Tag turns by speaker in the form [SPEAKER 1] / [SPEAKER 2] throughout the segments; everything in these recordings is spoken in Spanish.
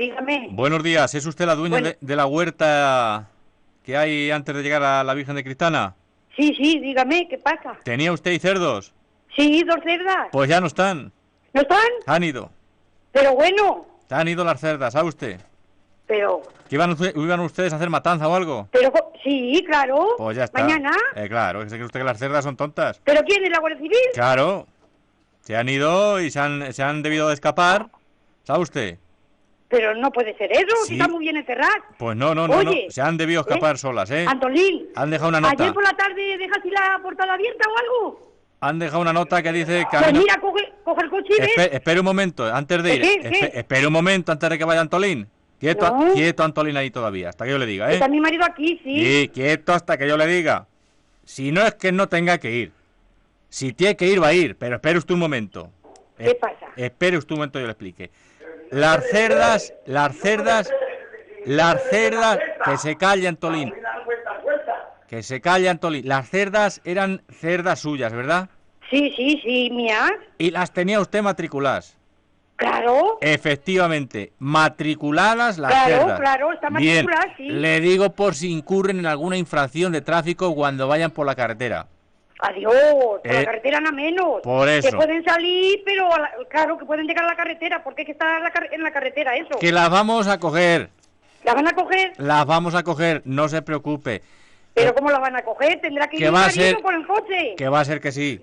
[SPEAKER 1] dígame.
[SPEAKER 2] Buenos días, ¿es usted la dueña
[SPEAKER 1] Bueno.
[SPEAKER 2] de, de la huerta que hay antes de llegar a la Virgen de Cristana?
[SPEAKER 1] Sí, sí, dígame, ¿qué pasa?
[SPEAKER 2] ¿Tenía usted cerdos?
[SPEAKER 1] Sí, dos cerdas.
[SPEAKER 2] Pues ya no están,
[SPEAKER 1] ¿No están?
[SPEAKER 2] han ido.
[SPEAKER 1] Pero bueno,
[SPEAKER 2] Han ido las cerdas, ¿sabe usted?
[SPEAKER 1] pero,
[SPEAKER 2] ¿Que iban, uce- iban ustedes a hacer matanza o algo?
[SPEAKER 1] pero, co- sí, claro.
[SPEAKER 2] Pues ya está.
[SPEAKER 1] Mañana.
[SPEAKER 2] Eh, claro, ¿se cree usted que las cerdas son tontas?
[SPEAKER 1] ¿Pero quién es la Guardia Civil?
[SPEAKER 2] Claro. Se han ido y se han, se han debido de escapar. ¿Sabe usted?
[SPEAKER 1] Pero no puede ser eso,
[SPEAKER 2] Sí.
[SPEAKER 1] si está muy bien encerrado.
[SPEAKER 2] Pues no, no, no, no.
[SPEAKER 1] Oye,
[SPEAKER 2] Se han debido escapar
[SPEAKER 1] ¿eh?
[SPEAKER 2] solas, ¿eh?
[SPEAKER 1] Antolín.
[SPEAKER 2] Han dejado una nota.
[SPEAKER 1] Ayer por la tarde dejaste la portada abierta o algo.
[SPEAKER 2] Han dejado una nota que dice...
[SPEAKER 1] Pues
[SPEAKER 2] camino-
[SPEAKER 1] mira, coge, coge el coche y
[SPEAKER 2] Espe-
[SPEAKER 1] ve.
[SPEAKER 2] espera un momento, antes de ir.
[SPEAKER 1] ¿Qué, qué?
[SPEAKER 2] espe- espera un momento antes de que vaya Antolín. Quieto,
[SPEAKER 1] No.
[SPEAKER 2] quieto Antolín ahí todavía, hasta que yo le diga, ¿eh?
[SPEAKER 1] Está mi marido aquí, sí.
[SPEAKER 2] Sí, quieto hasta que yo le diga. Si no es que no tenga que ir. Si tiene que ir, va a ir, pero espere usted un momento.
[SPEAKER 1] ¿Qué
[SPEAKER 2] Eh,
[SPEAKER 1] pasa?
[SPEAKER 2] Espere usted un momento y yo le explique. Las cerdas, las cerdas, las cerdas, que se calle Antolín, que se calle Antolín. Las cerdas eran cerdas suyas, ¿verdad?
[SPEAKER 1] Sí, sí, sí, mía.
[SPEAKER 2] Y las tenía usted matriculadas.
[SPEAKER 1] Claro.
[SPEAKER 2] Efectivamente, matriculadas las
[SPEAKER 1] Claro,
[SPEAKER 2] cerdas.
[SPEAKER 1] claro, están
[SPEAKER 2] Bien,
[SPEAKER 1] matriculadas, sí.
[SPEAKER 2] Le digo por si incurren en alguna infracción de tráfico cuando vayan por la carretera.
[SPEAKER 1] Adiós, por
[SPEAKER 2] Eh,
[SPEAKER 1] la carretera nada menos.
[SPEAKER 2] por eso.
[SPEAKER 1] Que pueden salir, pero a la- claro que pueden llegar a la carretera, porque es que está la car- en la carretera eso.
[SPEAKER 2] Que las vamos a coger,
[SPEAKER 1] ¿La van a coger?
[SPEAKER 2] las vamos a coger, no se preocupe.
[SPEAKER 1] ¿Pero cómo la van a coger? Tendrá que
[SPEAKER 2] que
[SPEAKER 1] ir
[SPEAKER 2] va a
[SPEAKER 1] cariño
[SPEAKER 2] ser-
[SPEAKER 1] con el coche.
[SPEAKER 2] Que va a ser que sí.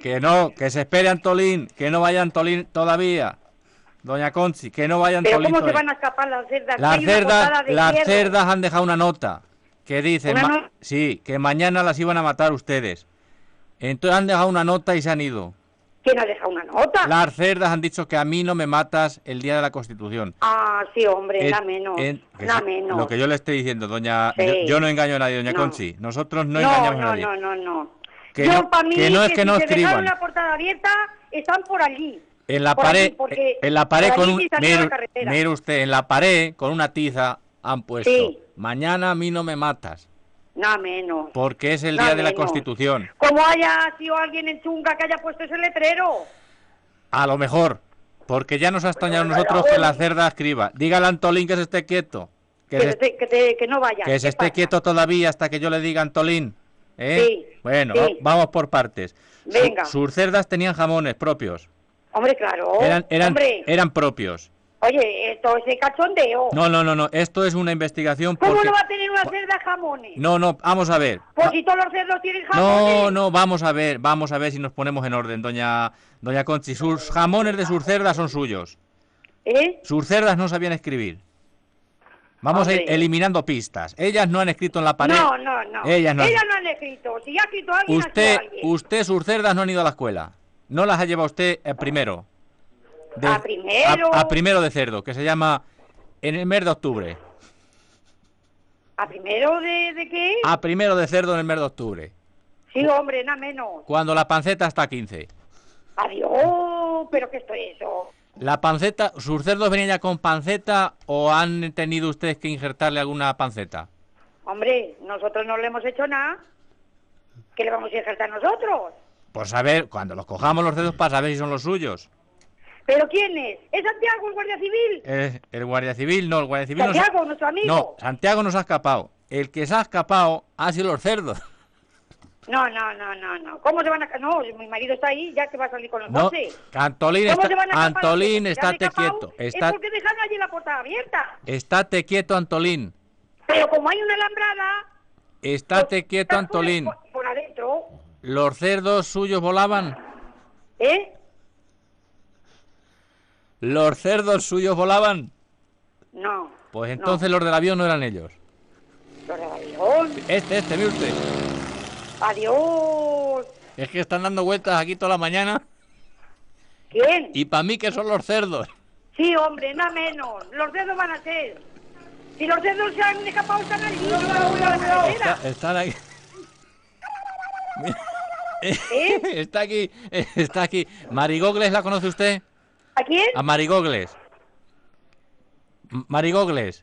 [SPEAKER 2] Que no, que se espere Antolín, que no vaya Antolín todavía. Doña Conchi, que no vaya
[SPEAKER 1] ¿Pero
[SPEAKER 2] Antolín
[SPEAKER 1] cómo se
[SPEAKER 2] todavía.
[SPEAKER 1] van a escapar las cerdas?
[SPEAKER 2] Las
[SPEAKER 1] Hay una
[SPEAKER 2] cerdas,
[SPEAKER 1] portada de
[SPEAKER 2] las
[SPEAKER 1] hierro.
[SPEAKER 2] cerdas han dejado una nota que dice,
[SPEAKER 1] ¿Una
[SPEAKER 2] ma-
[SPEAKER 1] nota?
[SPEAKER 2] sí, que mañana las iban a matar ustedes. Entonces han dejado una nota y se han ido.
[SPEAKER 1] ¿Quién ha dejado una nota?
[SPEAKER 2] Las cerdas han dicho que a mí no me matas el día de la Constitución.
[SPEAKER 1] Ah, sí, hombre,
[SPEAKER 2] En-
[SPEAKER 1] nada menos.
[SPEAKER 2] en- Eh, que
[SPEAKER 1] nada
[SPEAKER 2] sí,
[SPEAKER 1] menos.
[SPEAKER 2] Lo que yo le estoy diciendo, doña,
[SPEAKER 1] Sí.
[SPEAKER 2] yo, yo no engaño a nadie, doña
[SPEAKER 1] No.
[SPEAKER 2] Conchi. Nosotros
[SPEAKER 1] no,
[SPEAKER 2] no, engañamos a
[SPEAKER 1] no,
[SPEAKER 2] nadie.
[SPEAKER 1] no, no, no.
[SPEAKER 2] Que
[SPEAKER 1] yo,
[SPEAKER 2] no-
[SPEAKER 1] para mí,
[SPEAKER 2] que no es que
[SPEAKER 1] si
[SPEAKER 2] no
[SPEAKER 1] se
[SPEAKER 2] escriban.
[SPEAKER 1] dejaron la portada abierta, están por allí.
[SPEAKER 2] En la
[SPEAKER 1] Por
[SPEAKER 2] pared, eh,
[SPEAKER 1] allí, porque
[SPEAKER 2] en la pared
[SPEAKER 1] por
[SPEAKER 2] con
[SPEAKER 1] allí
[SPEAKER 2] un,
[SPEAKER 1] sí salió la
[SPEAKER 2] mire,
[SPEAKER 1] carretera.
[SPEAKER 2] mire usted, en la pared con una tiza han puesto,
[SPEAKER 1] Sí.
[SPEAKER 2] mañana a mí no me matas,
[SPEAKER 1] Nada menos.
[SPEAKER 2] porque es el
[SPEAKER 1] Nada
[SPEAKER 2] día de la
[SPEAKER 1] menos.
[SPEAKER 2] Constitución.
[SPEAKER 1] Como haya sido alguien en chunga que haya puesto ese letrero.
[SPEAKER 2] A lo mejor, porque ya nos ha extrañado a nosotros que la cerda escriba. Dígale a Antolín que se esté quieto. Que,
[SPEAKER 1] Que,
[SPEAKER 2] se,
[SPEAKER 1] te- que te- que no vaya.
[SPEAKER 2] que se
[SPEAKER 1] ¿Qué
[SPEAKER 2] esté
[SPEAKER 1] pasa?
[SPEAKER 2] quieto todavía hasta que yo le diga Antolín. ¿eh?
[SPEAKER 1] Sí,
[SPEAKER 2] bueno,
[SPEAKER 1] sí.
[SPEAKER 2] va- vamos por partes. Su-
[SPEAKER 1] Venga.
[SPEAKER 2] sus cerdas tenían jamones propios.
[SPEAKER 1] Hombre, claro.
[SPEAKER 2] eran, eran,
[SPEAKER 1] Hombre,
[SPEAKER 2] eran propios.
[SPEAKER 1] oye, esto es de cachondeo.
[SPEAKER 2] No, no, no, no. Esto es una investigación
[SPEAKER 1] ¿Cómo
[SPEAKER 2] porque...
[SPEAKER 1] no va a tener una cerda jamones?
[SPEAKER 2] No, no, vamos a ver.
[SPEAKER 1] Pues
[SPEAKER 2] Va-
[SPEAKER 1] si todos los cerdos tienen jamones.
[SPEAKER 2] No, no, vamos a ver, vamos a ver si nos ponemos en orden, doña, doña Conchi. Sus jamones de sus cerdas son suyos.
[SPEAKER 1] ¿Eh?
[SPEAKER 2] Sus cerdas no sabían escribir. Vamos a ir
[SPEAKER 1] Hombre.
[SPEAKER 2] eliminando pistas. Ellas no han escrito en la pared.
[SPEAKER 1] No, no, no.
[SPEAKER 2] Ellas no han-
[SPEAKER 1] han escrito. Si ha escrito alguien, ha
[SPEAKER 2] Usted,
[SPEAKER 1] sido alguien.
[SPEAKER 2] usted, sus cerdas no han ido a la escuela. No las ha llevado usted eh, primero.
[SPEAKER 1] A primero.
[SPEAKER 2] A, a primero de cerdo, que se llama en el mes de octubre.
[SPEAKER 1] ¿A primero de, de qué?
[SPEAKER 2] A primero de cerdo en el mes de octubre.
[SPEAKER 1] Sí, hombre, nada menos.
[SPEAKER 2] Cuando la panceta está a 15.
[SPEAKER 1] Adiós. ¿Pero qué esto es eso?
[SPEAKER 2] La panceta, ¿sus cerdos venían ya con panceta o han tenido ustedes que injertarle alguna panceta?
[SPEAKER 1] Hombre, nosotros no le hemos hecho nada. ¿Qué le vamos a ejercer nosotros?
[SPEAKER 2] Por saber, cuando los cojamos los cerdos para saber si son los suyos.
[SPEAKER 1] ¿Pero quién es? ¿Es Santiago, el guardia civil?
[SPEAKER 2] Eh, el guardia civil, no, el guardia civil no se-
[SPEAKER 1] Santiago, nuestro amigo.
[SPEAKER 2] No, Santiago nos ha escapado. El que se ha escapado ha sido los cerdos.
[SPEAKER 1] No, no, no, no, no. ¿Cómo se van a.? No, mi marido está ahí, ya que va a salir con los
[SPEAKER 2] No,
[SPEAKER 1] doce.
[SPEAKER 2] Antolín,
[SPEAKER 1] ¿Cómo
[SPEAKER 2] está-
[SPEAKER 1] se van a escapar
[SPEAKER 2] Antolín,
[SPEAKER 1] los que se han
[SPEAKER 2] estate
[SPEAKER 1] escapado?
[SPEAKER 2] quieto.
[SPEAKER 1] Es
[SPEAKER 2] Está,
[SPEAKER 1] porque dejaron allí la puerta abierta.
[SPEAKER 2] estate quieto, Antolín.
[SPEAKER 1] Pero como hay una alambrada.
[SPEAKER 2] Estate quieto,
[SPEAKER 1] están por-
[SPEAKER 2] Antolín.
[SPEAKER 1] Por, por adentro,
[SPEAKER 2] ¿Los cerdos suyos volaban?
[SPEAKER 1] ¿eh?
[SPEAKER 2] ¿Los cerdos suyos volaban?
[SPEAKER 1] No.
[SPEAKER 2] Pues
[SPEAKER 1] no.
[SPEAKER 2] entonces los del avión no eran ellos.
[SPEAKER 1] Los de Babilón.
[SPEAKER 2] Este, este, mire usted.
[SPEAKER 1] Adiós.
[SPEAKER 2] Es que están dando vueltas aquí toda la mañana
[SPEAKER 1] ¿Quién?
[SPEAKER 2] y para mí que son los cerdos.
[SPEAKER 1] Sí, hombre, nada menos. Los dedos van a ser. Si los dedos se han escapado, están allí. No, no, no,
[SPEAKER 2] Está- están aquí.
[SPEAKER 1] ¿Eh?
[SPEAKER 2] Está aquí, está aquí. Marigogles, ¿la conoce usted?
[SPEAKER 1] ¿A quién?
[SPEAKER 2] A Marigogles. M- Marigogles.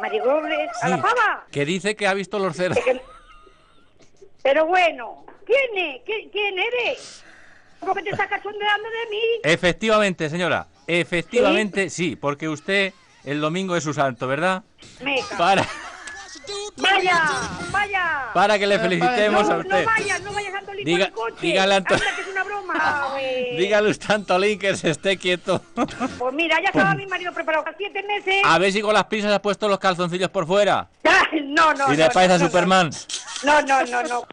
[SPEAKER 1] Marigobles. ¿A la
[SPEAKER 2] sí,
[SPEAKER 1] pava?
[SPEAKER 2] Que dice que ha visto los cerdos.
[SPEAKER 1] Pero bueno, ¿quién es? ¿Qui- ¿Quién eres? ¿Cómo que te estás cachondeando de mí?
[SPEAKER 2] Efectivamente, señora. Efectivamente, sí, porque usted el domingo es su santo, ¿verdad?
[SPEAKER 1] Meca.
[SPEAKER 2] Para,
[SPEAKER 1] Vaya, vaya.
[SPEAKER 2] para que le felicitemos a
[SPEAKER 1] no, no
[SPEAKER 2] usted.
[SPEAKER 1] vayas, no vayas, Antolín,
[SPEAKER 2] Diga-
[SPEAKER 1] con el coche.
[SPEAKER 2] dígale a Anto-
[SPEAKER 1] Anda, que es una broma, güey.
[SPEAKER 2] Dígale usted a Antolín que se esté quieto.
[SPEAKER 1] Pues mira, ya estaba mi marido preparado para siete meses.
[SPEAKER 2] A ver si con las prisas ha puesto los calzoncillos por fuera.
[SPEAKER 1] Ya, no, no.
[SPEAKER 2] Y le
[SPEAKER 1] no,
[SPEAKER 2] parece a
[SPEAKER 1] no, no,
[SPEAKER 2] Superman.
[SPEAKER 1] No, no, no, no.